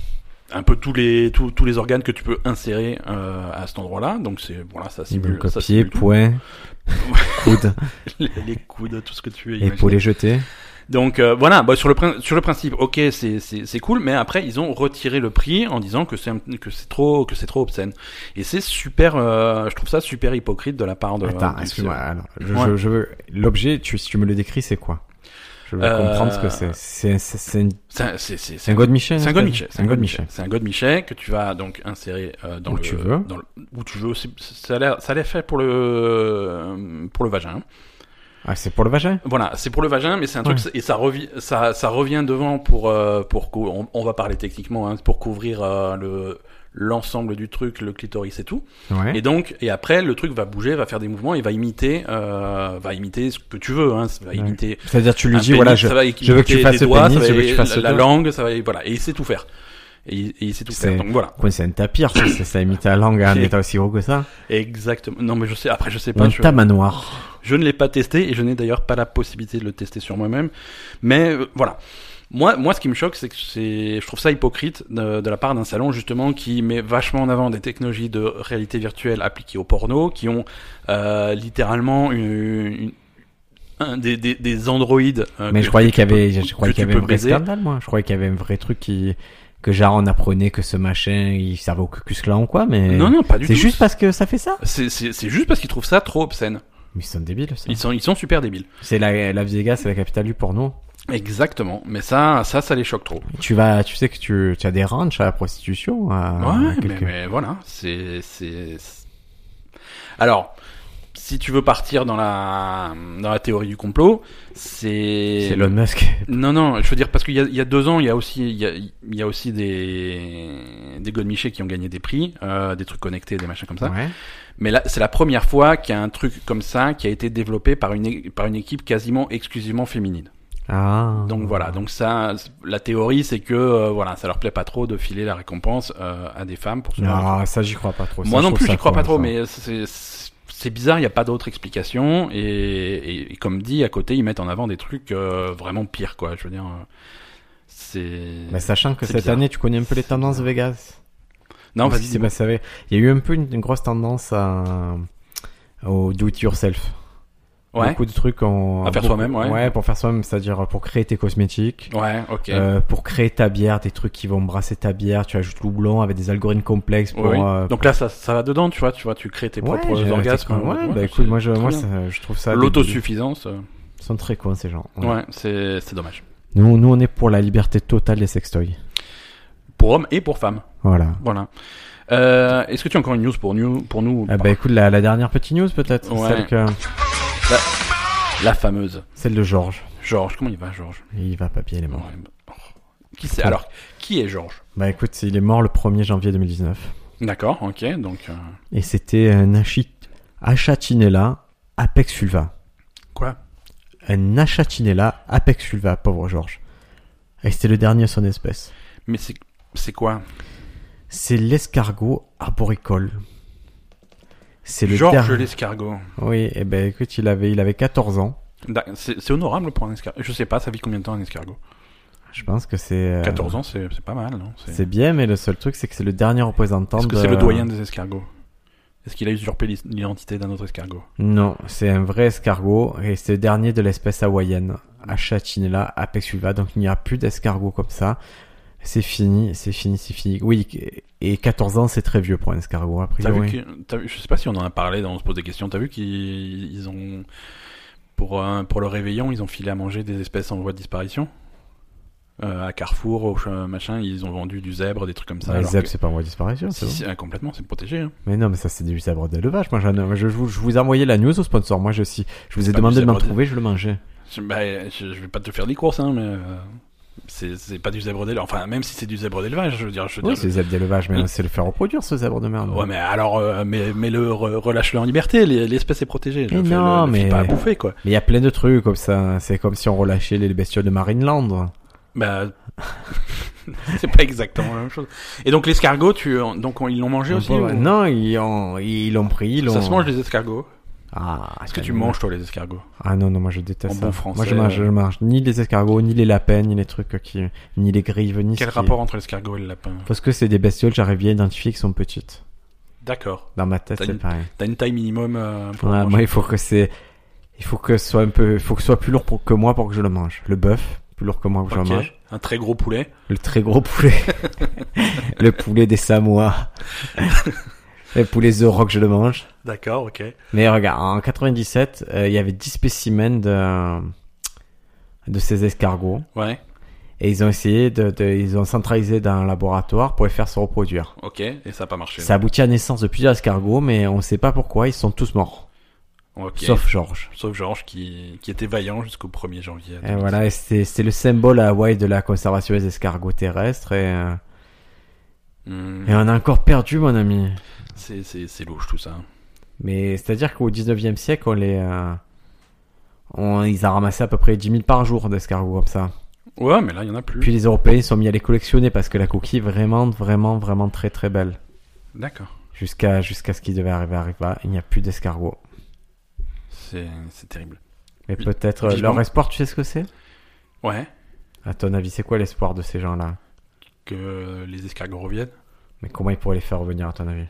A: un peu tous les, tous, tous les organes que tu peux insérer euh, à cet endroit-là. Donc c'est, voilà, ça
B: Ils veulent
A: simule, ça
B: copier,
A: simule tout.
B: point, coude,
A: les, *laughs* les coudes, tout ce que tu veux.
B: et
A: imaginer.
B: pour les jeter.
A: Donc euh, voilà, bah, sur, le prin- sur le principe, ok, c'est- c'est c'est cool, mais après ils ont retiré le prix en disant que c'est un- que c'est trop que c'est trop obscène. Et c'est super, euh, je trouve ça super hypocrite de la part de.
B: Attends,
A: du-
B: excuse-moi. alors, je,
A: Ouais.
B: je- je veux. L'objet, tu, si tu me le décris, c'est quoi Je veux
A: Euh,
B: comprendre ce que c'est. C'est- C'est c'est une-
A: C'est un- c'est- c'est-
B: c'est un hein, God Michel.
A: C'est un
B: espèce
A: God Michel.
B: C'est un God Michel.
A: C'est un God Michel que tu vas donc insérer euh, dans
B: Où
A: le.
B: tu veux.
A: dans le- où tu veux. C'est- Ça a l'air ça a l'air fait pour le pour le vagin.
B: Ah, c'est pour le vagin
A: Voilà, c'est pour le vagin, mais c'est un truc
B: Ouais.
A: c'est- et ça revient ça ça revient devant pour euh, pour cou- on, on va parler techniquement hein, pour couvrir euh, le l'ensemble du truc, le clitoris et tout.
B: Ouais.
A: Et donc et après le truc va bouger, va faire des mouvements et va imiter euh, va imiter ce que tu veux hein, ça va
B: Ouais.
A: imiter
B: C'est-à-dire, tu lui
A: un
B: dis, voilà,
A: pénis,
B: je.
A: ça va
B: je veux que tu
A: imiter
B: fasses
A: des
B: le
A: doigts,
B: pénis,
A: ça va
B: je veux que tu
A: imiter
B: fasses le
A: la
B: doigt.
A: langue, ça va voilà, et il sait tout faire. Et il, et il sait tout
B: C'est-
A: faire. Donc voilà.
B: Quoi, c'est un tapir, ça, c'est- ça imite la langue à un
A: Ok.
B: état aussi gros que ça.
A: Exactement. Non, mais je sais. Après, je sais
B: Ou
A: pas.
B: un
A: Je,
B: tamanoir.
A: je ne l'ai pas testé et je n'ai d'ailleurs pas la possibilité de le tester sur moi-même. Mais euh, voilà. Moi, moi, ce qui me choque, c'est que c'est, je trouve ça hypocrite de, de la part d'un salon justement qui met vachement en avant des technologies de réalité virtuelle appliquées au porno, qui ont euh, littéralement une, une- un- des, des, des androïdes. euh,
B: Mais
A: que-
B: je croyais
A: que
B: qu'il
A: tu
B: y avait,
A: peux-
B: je croyais
A: que
B: qu'il y
A: tu
B: avait un
A: peux
B: vrai
A: baiser.
B: scandale, moi. Je croyais qu'il y avait un vrai truc qui, que genre on apprenait que ce machin, il servait au cucus là ou quoi, mais.
A: Non, non, pas du tout.
B: C'est juste parce que ça fait ça
A: C'est- C'est c'est juste parce qu'ils trouvent ça trop obscène.
B: Mais ils sont débiles, ça.
A: Ils sont, ils sont super débiles.
B: C'est la, la Vegas, c'est la capitale du porno.
A: Exactement. Mais ça, ça, ça les choque trop.
B: Tu vas, tu sais que tu, tu as des ranchs à la prostitution, à, à
A: ouais, mais,
B: quelque-
A: mais voilà. C'est, c'est. c'est- Alors, si tu veux partir dans la, dans la théorie du complot, c'est.
B: C'est Elon Musk.
A: Non, non, je veux dire, parce qu'il y a, il y a deux ans, il y a aussi, il y a, il y a aussi des, des godemichés qui ont gagné des prix, euh, des trucs connectés, des machins comme ça.
B: Ouais.
A: Mais là, c'est la première fois qu'il y a un truc comme ça qui a été développé par une, é- par une équipe quasiment exclusivement féminine.
B: Ah.
A: Donc voilà, donc ça, la théorie c'est que euh, voilà, ça leur plaît pas trop de filer la récompense euh, à des femmes pour ce genre
B: Ah, ça, j'y crois pas trop.
A: de-
B: Ça,
A: Moi
B: je
A: non
B: trouve
A: plus,
B: ça
A: j'y crois pas
B: con,
A: trop,
B: ça.
A: mais c'est- c'est c'est bizarre, il n'y a pas d'autre explication. Et, et- et comme dit, à côté, ils mettent en avant des trucs euh, vraiment pires, quoi. Je veux dire, euh, c'est.
B: Mais sachant que
A: C'est
B: cette
A: bizarre.
B: année, tu connais un peu les tendances de Vegas.
A: non,
B: Parce
A: vas-y,
B: qu'il s'est passé avec- Il y a eu un peu une, une grosse tendance à, au do it yourself.
A: dis-moi. Ouais.
B: Beaucoup de trucs en.
A: À faire
B: beaucoup-
A: soi-même, ouais.
B: Ouais, pour faire soi-même, c'est-à-dire pour créer tes cosmétiques.
A: Ouais, ok.
B: euh, pour créer ta bière, des trucs qui vont brasser ta bière, tu ajoutes blanc avec des algorithmes complexes pour.
A: Ouais, oui.
B: euh,
A: Donc là, ça, ça va dedans, tu vois, tu vois, tu crées tes
B: ouais,
A: propres
B: j'ai-
A: orgasmes. hein.
B: Ouais,
A: Ouais,
B: bah
A: c'est
B: écoute, moi je,
A: très
B: moi,
A: bien.
B: ça- je trouve ça. débile.
A: l'autosuffisance, euh,
B: Ils sont très cons ces gens.
A: ouais, c'est c'est dommage.
B: Nous, nous, on est pour la liberté totale des sextoys.
A: Pour hommes et pour femmes,
B: Voilà.
A: voilà. Euh, Est-ce que tu as encore une news pour nous, pour nous
B: Ah bah écoute, la, la dernière petite news peut-être,
A: Ouais.
B: celle, que,
A: la fameuse
B: celle de Georges.
A: Georges, comment il va, Georges
B: Il va papier, il est
A: Ouais,
B: mort.
A: bah, oh. Qui c'est Alors, qui est Georges
B: Bah écoute, il est mort le 1er janvier 2019.
A: D'accord, ok, donc euh,
B: Et c'était un achi- Achatinella apex vulva.
A: quoi
B: Un Achatinella apex vulva, pauvre Georges. Et c'était le dernier de son espèce.
A: Mais c'est c'est quoi
B: C'est l'escargot arboricole. C'est le
A: Georges
B: dernier-
A: l'escargot.
B: Oui, et ben écoute, il avait, il avait 14 ans.
A: Da- C'est c'est honorable pour un escargot. Je sais pas, ça vit combien de temps un escargot
B: Je pense que c'est. euh,
A: 14 ans, c'est c'est pas mal, non C'est
B: C'est bien, mais le seul truc, c'est que c'est le dernier représentant.
A: Est-ce que
B: de-
A: c'est le doyen des escargots Est-ce qu'il a usurpé l'is- l'identité d'un autre escargot
B: Non, c'est un vrai escargot et c'est le dernier de l'espèce hawaïenne, Achatinella apex vulva. Donc il n'y a plus d'escargot comme ça. C'est fini, c'est fini, c'est fini. Oui, et 14 ans, c'est très vieux pour un escargot, a
A: T'as
B: priori.
A: vu que- t'as vu- je sais pas si on en a parlé, dans on se pose des questions. T'as vu qu'ils ils ont pour un- pour le réveillon, ils ont filé à manger des espèces en voie de disparition. Euh, à Carrefour, au ch- machin, ils ont vendu du zèbre, des trucs comme ça.
B: Ouais, les
A: alors
B: zèbres,
A: que-
B: c'est pas en voie de disparition, c'est
A: Si,
B: bon.
A: si, ah, complètement, c'est protégé. hein.
B: Mais non, mais ça, c'est du zèbre d'élevage. Moi, j'en ai- je, je vous, je vous ai envoyé la news au sponsor. Moi, je, si, je vous ai
A: pas du
B: demandé de m'en
A: zèbre d'élevage.
B: trouver, je le mangeais.
A: Je, bah, je, je vais pas te faire des courses, hein, mais euh, c'est c'est pas du zèbre d'élevage. Enfin, même si c'est du zèbre d'élevage, je veux dire, je veux
B: Oui,
A: dire,
B: c'est zèbre d'élevage, mais
A: Le-
B: c'est le faire reproduire, ce zèbre de merde.
A: Ouais, mais alors, euh, mais, mais le re- relâche-le en liberté, les- l'espèce est protégée.
B: Mais
A: le fais- le-
B: non,
A: le fais
B: mais-
A: pas à bouffer, quoi.
B: Mais il y a plein de trucs comme ça. C'est comme si on relâchait les bestioles de Marineland.
A: Bah, *laughs* c'est pas exactement la même chose. Et donc, l'escargot, tu, en- donc, on- ils l'ont mangé
B: On
A: aussi
B: peut-
A: ou-
B: Non, ils ont, ils l'ont pris. Ils l'ont...
A: Ça se mange les escargots.
B: Ah,
A: Est-ce que tu manges, toi, les escargots
B: Ah non, non, moi je déteste.
A: En
B: ça.
A: bon français,
B: moi je mange,
A: euh.
B: je mange ni les escargots, ni les lapins, ni les trucs qui, ni les grives, ni. ce
A: Quel
B: qui-
A: rapport entre l'escargot et le lapin
B: Parce que c'est des bestioles, j'arrive bien à identifier qui sont petites.
A: D'accord.
B: Dans ma tête,
A: T'as
B: c'est
A: une-
B: pareil.
A: T'as une taille minimum euh, pour
B: Ouais,
A: manger.
B: moi, il faut que c'est, il faut que ce soit un peu, il faut que ce soit plus lourd pour... que moi pour que je le mange. Le bœuf, plus lourd que moi pour que
A: Ok.
B: je le mange.
A: Un très gros poulet.
B: Le très gros poulet. *laughs* le poulet des Samoa. *laughs* le poulet The Rock, je le mange.
A: D'accord, ok.
B: Mais regarde, en 97, euh, il y avait 10 spécimens de, de ces escargots.
A: Ouais,
B: Et ils ont essayé de, de- ils ont centralisé dans un laboratoire pour les faire se reproduire.
A: ok. Et ça a pas marché.
B: Ça aboutit à la naissance de plusieurs escargots, mais on ne sait pas pourquoi, ils sont tous morts.
A: Ok.
B: Sauf Georges.
A: Sauf Georges qui, qui était vaillant jusqu'au 1er janvier.
B: Et voilà, et c'est c'est le symbole à Hawaï de la conservation des escargots terrestres. Et, euh,
A: Hmm,
B: et on a encore perdu, mon ami.
A: c'est- C'est c'est louche tout ça.
B: Mais c'est-à-dire qu'au 19e siècle, on les, euh, on, ils ont ramassé à peu près 10 000 par jour d'escargots comme ça.
A: Ouais, mais là, il y en a plus.
B: Puis les Européens sont mis à les collectionner parce que la coquille est vraiment, vraiment, vraiment très très belle.
A: D'accord.
B: Jusqu'à jusqu'à ce qui devait arriver, arrive là, il n'y a plus d'escargots.
A: C'est c'est terrible.
B: Mais
A: Vi-
B: peut-être euh,
A: vivement.
B: leur espoir, tu sais ce que c'est
A: Ouais,
B: À ton avis, c'est quoi l'espoir de ces gens-là
A: que les escargots reviennent.
B: Mais comment ils pourraient les faire revenir à ton avis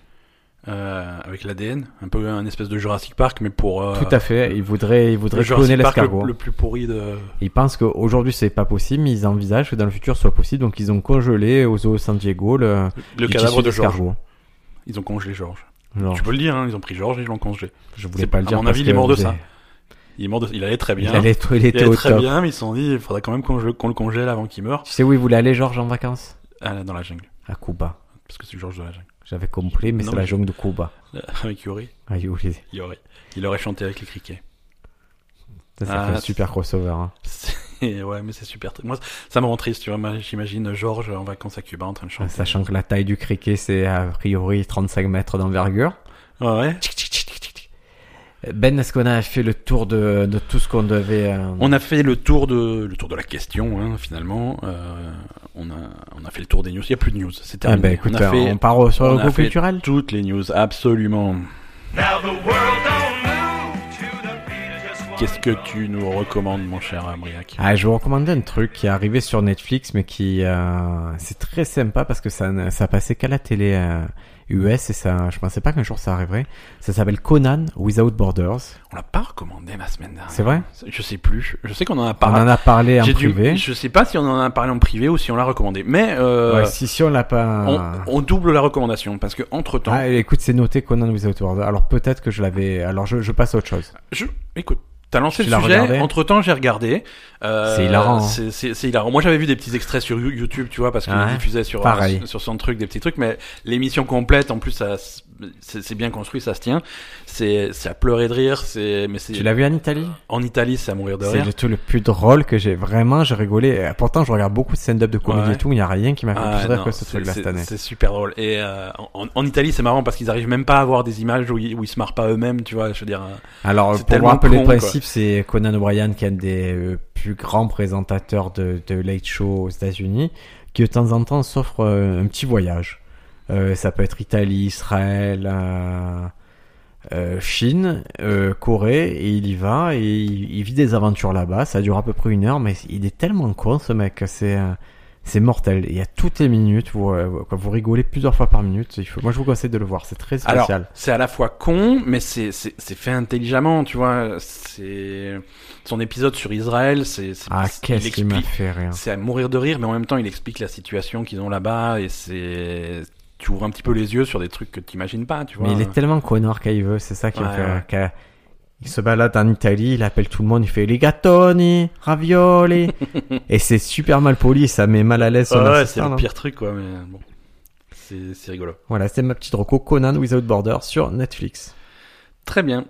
A: Euh, avec l'ADN, un peu un espèce de Jurassic Park, mais pour. euh,
B: Tout à fait, ils voudraient, ils
A: le
B: voudraient cloner
A: Jurassic Park le,
B: l'escargot.
A: le plus pourri de.
B: Ils pensent qu'aujourd'hui c'est pas possible, mais ils envisagent que dans le futur ce soit possible, donc ils ont congelé au zoo San Diego le,
A: Le
B: du
A: cadavre
B: tissu
A: de Georges.
B: d'escargot.
A: Ils ont congelé Georges.
B: Genre,
A: Tu peux le dire, hein, ils ont pris Georges et ils l'ont congelé.
B: je
A: c'est-
B: voulais pas le
A: à
B: dire.
A: mon
B: parce
A: avis, il est
B: que
A: mort de
B: j'ai-
A: ça. Il, est mort de- il allait très bien.
B: Il allait, il
A: Il
B: était
A: allait
B: au
A: très
B: top.
A: bien, mais ils se sont dit, il faudrait quand même qu'on le, qu'on le congèle avant qu'il meure.
B: Tu sais où il voulait aller, Georges, en vacances
A: Ah, là, dans la jungle.
B: À Cuba.
A: Parce que c'est Georges de la jungle.
B: J'avais compris, mais
A: Non,
B: c'est la
A: mais-
B: jungle de Cuba.
A: Euh, Avec Yuri,
B: Ah, you really-
A: Yuri. Il aurait chanté avec les criquets.
B: Ça, ça
A: Ah,
B: fait un super crossover. hein.
A: C'est- ouais, mais c'est super. tr- Moi, ça me rend triste, tu vois. Moi, J'imagine Georges en vacances à Cuba en train de chanter.
B: Sachant que la taille du criquet, c'est a priori 35 mètres d'envergure.
A: Ouais, ouais.
B: Ben, est-ce qu'on a fait le tour de, de tout ce qu'on devait... euh,
A: On a fait le tour de le tour de la question hein, finalement. Euh, on a on a fait le tour des news. Il y a plus de news. C'est
B: Ah,
A: terminé.
B: ben, écoute,
A: on a fait
B: on part au- sur
A: on
B: le
A: a
B: groupe
A: fait
B: culturel
A: toutes les news absolument.
C: Now the world don't move to the beat of just one.
A: Qu'est-ce que tu nous recommandes, mon cher Ambriac
B: Ah, je vous recommandais un truc qui est arrivé sur Netflix, mais qui euh, c'est très sympa parce que ça ne- ça passait qu'à la télé euh, US et ça, je pensais pas qu'un jour ça arriverait. Ça s'appelle Conan Without Borders.
A: On l'a pas recommandé la semaine dernière.
B: C'est vrai
A: Je sais plus. Je sais qu'on en a
B: On
A: parlé.
B: en a parlé en
A: J'ai dû-
B: privé.
A: Je sais pas si on en a parlé en privé ou si on l'a recommandé. Mais euh,
B: Ouais, si, si on l'a
A: on,
B: pas.
A: on double la recommandation parce que entre temps,
B: Ah, écoute, c'est noté Conan Without Borders. Alors peut-être que je l'avais. Alors je, je passe à autre chose.
A: je... écoute. T'as lancé
B: Tu
A: le
B: l'as regardé
A: sujet. Entre temps, j'ai regardé. Euh,
B: C'est hilarant, hein.
A: C'est c'est- c'est hilarant. Moi, j'avais vu des petits extraits sur You- YouTube, tu vois, parce qu'ils
B: Ouais,
A: diffusaient sur euh,
B: pareil.
A: sur son truc des petits trucs. Mais l'émission complète, en plus, ça c'est c'est bien construit, ça se tient. C'est c'est à pleurer de rire. C'est mais c'est
B: Tu l'as vu en Italie
A: en Italie, c'est à mourir de
B: C'est
A: rire.
B: le tout le plus drôle que j'ai. Vraiment, j'ai rigolé. Et Pourtant, je regarde beaucoup de stand-up de comédie
A: Ouais.
B: et tout, mais il n'y a rien qui m'a fait
A: Ah,
B: plus rire
A: non,
B: que ce truc-là
A: c'est-
B: cette année.
A: C'est super drôle. Et euh, en, en Italie, c'est marrant parce qu'ils arrivent même pas à avoir des images où ils, où ils se marrent pas eux-mêmes, tu vois. Je veux dire, euh, c'est
B: Alors, pour vous
A: tellement
B: rappeler le
A: con, quoi.
B: principe, c'est Conan O'Brien, qui est un des euh, plus grands présentateurs de, de Late Show aux États-Unis, qui de temps en temps s'offre euh, un petit voyage. Euh, ça peut être Italie, Israël, euh, euh, Chine, euh, Corée, et il y va, et il, il vit des aventures là-bas. Ça dure à peu près une heure, mais il est tellement con ce mec, que c'est. euh, c'est mortel. Il y a toutes les minutes, vous, euh, quand vous rigolez plusieurs fois par minute. Il faut... Moi, je vous conseille de le voir. C'est très
A: alors
B: spécial.
A: c'est à la fois con, mais c'est c'est c'est fait intelligemment, tu vois. C'est son épisode sur Israël, c'est c'est-
B: ah,
A: il
B: qu'est-ce qui m'a
A: explique-
B: fait rire.
A: C'est à mourir de rire, mais en même temps, il explique la situation qu'ils ont là-bas et c'est tu ouvres un petit peu les yeux sur des trucs que t'imagines pas, tu vois.
B: Mais il est tellement connard qu'il veut, c'est ça qui me
A: Ouais,
B: fait rire,
A: ouais.
B: qu'à- Il se balade en Italie, il appelle tout le monde, il fait les gattoni,
A: *laughs*
B: ravioli. et c'est super mal poli, ça met mal à l'aise son
A: Ah ouais, c'est
B: assistant,
A: le
B: là.
A: pire truc, quoi. Mais bon, c'est c'est rigolo.
B: hein. Voilà, c'était ma petite reco Conan Without Border sur Netflix.
A: Très bien.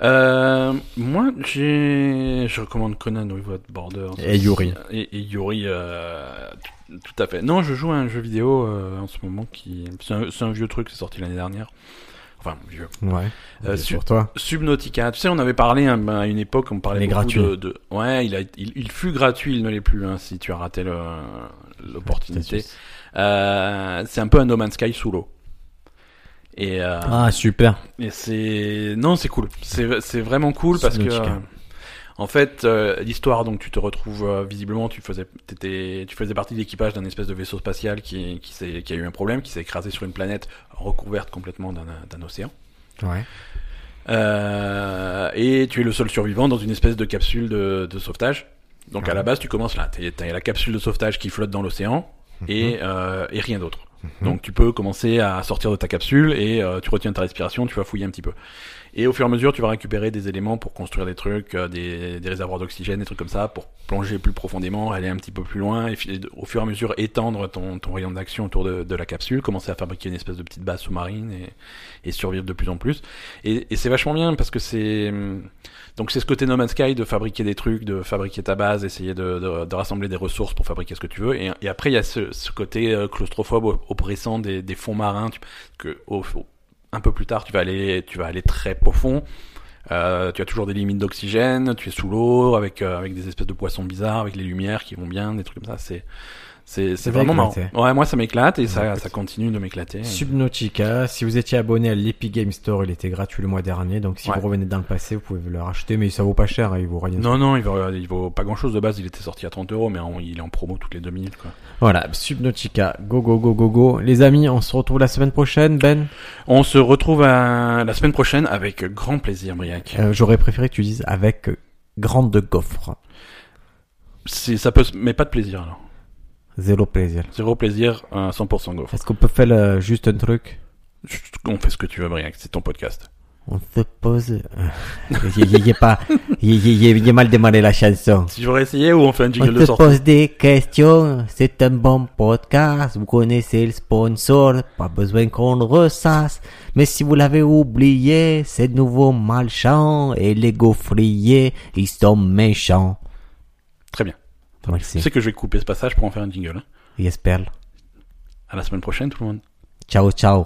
A: Euh, moi, j'ai, je recommande Conan Without Borders.
B: Et Yuri.
A: Et, et Yuri, euh, tout- tout à fait. Non, je joue à un jeu vidéo euh, en ce moment qui, c'est un, c'est un vieux truc, c'est sorti l'année dernière. Enfin, vieux.
B: Ouais.
A: Euh,
B: C'est
A: su-
B: pour toi.
A: Subnautica. Tu sais, on avait parlé hein, ben, à une époque, on parlait
B: Il est
A: beaucoup
B: gratuit.
A: de, de- Ouais, il, a, il, il fut gratuit, il ne l'est plus. hein, si tu as raté le- l'opportunité, Euh, c'est un peu un No Man's Sky sous l'eau. Et euh,
B: Ah, super.
A: et c'est non, c'est cool. C'est c'est vraiment cool parce que
B: Subnautica.
A: euh, en fait euh, l'histoire donc tu te retrouves euh, visiblement tu faisais t'étais tu faisais partie de l'équipage d'un espèce de vaisseau spatial qui qui s'est qui a eu un problème qui s'est écrasé sur une planète recouverte complètement d'un d'un océan.
B: Ouais.
A: Euh, et tu es le seul survivant dans une espèce de capsule de, de sauvetage. Donc à la base, tu commences là. T'es- T'as la capsule de sauvetage qui flotte dans l'océan et, euh, et rien d'autre. Donc tu peux commencer à sortir de ta capsule et euh, tu retiens ta respiration, tu vas fouiller un petit peu. Et au fur et à mesure, tu vas récupérer des éléments pour construire des trucs, euh, des, des réservoirs d'oxygène, des trucs comme ça, pour plonger plus profondément, aller un petit peu plus loin, et fi- au fur et à mesure étendre ton, ton rayon d'action autour de, de la capsule, commencer à fabriquer une espèce de petite base sous-marine et, et survivre de plus en plus. Et, et c'est vachement bien parce que c'est hum, donc c'est ce côté No Man's Sky de fabriquer des trucs, de fabriquer ta base, essayer de, de- de rassembler des ressources pour fabriquer ce que tu veux. Et, et après il y a ce, ce côté euh, claustrophobe op- oppressant des, des fonds marins tu- que au- au- un peu plus tard tu vas aller tu vas aller très profond. Euh, tu as toujours des limites d'oxygène, tu es sous l'eau avec euh, avec des espèces de poissons bizarres, avec les lumières qui vont bien, des trucs comme ça. C'est c'est c'est
B: va
A: vraiment marrant.
B: éclater.
A: Ouais, moi ça m'éclate et
B: Ouais,
A: ça
B: écoute.
A: ça continue de m'éclater.
B: Subnautica, si vous étiez abonné à l'Epic Game Store, il était gratuit le mois dernier, donc si
A: Ouais.
B: vous revenez dans le passé, vous pouvez le racheter, mais ça vaut pas cher, hein, il vaut rien.
A: Non, non, il vaut, il vaut pas grand chose de base. Il était sorti à 30 euros, mais on- il est en promo toutes les deux minutes. Quoi.
B: Voilà, Subnautica, go go go go go. Les amis, on se retrouve la semaine prochaine, Ben.
A: On se retrouve à- la semaine prochaine avec grand plaisir, Briac.
B: Euh, J'aurais préféré que tu dises avec grande gaufre.
A: C'est, ça peut, se- mais pas de plaisir alors.
B: Zéro plaisir.
A: Zéro plaisir, euh, 100% gaufre.
B: Est-ce qu'on peut faire euh, juste un truc
A: Chut, On fait ce que tu veux, Briac. C'est ton podcast.
B: On se pose. *laughs* J'ai pas, y- y- y- y a mal démarré la chanson.
A: Si j'aurais essayé, ou on fait un
B: On
A: jingle de
B: se
A: sortie.
B: pose des questions, c'est un bon podcast, vous connaissez le sponsor, pas besoin qu'on le ressasse. Mais si vous l'avez oublié, c'est de nouveau Malchamp et les gaufriers, ils sont méchants.
A: Très bien. Tu
B: Merci.
A: sais que je vais couper ce passage pour en faire un jingle. hein.
B: J'espère.
A: À la semaine prochaine, tout le monde.
B: Ciao, ciao.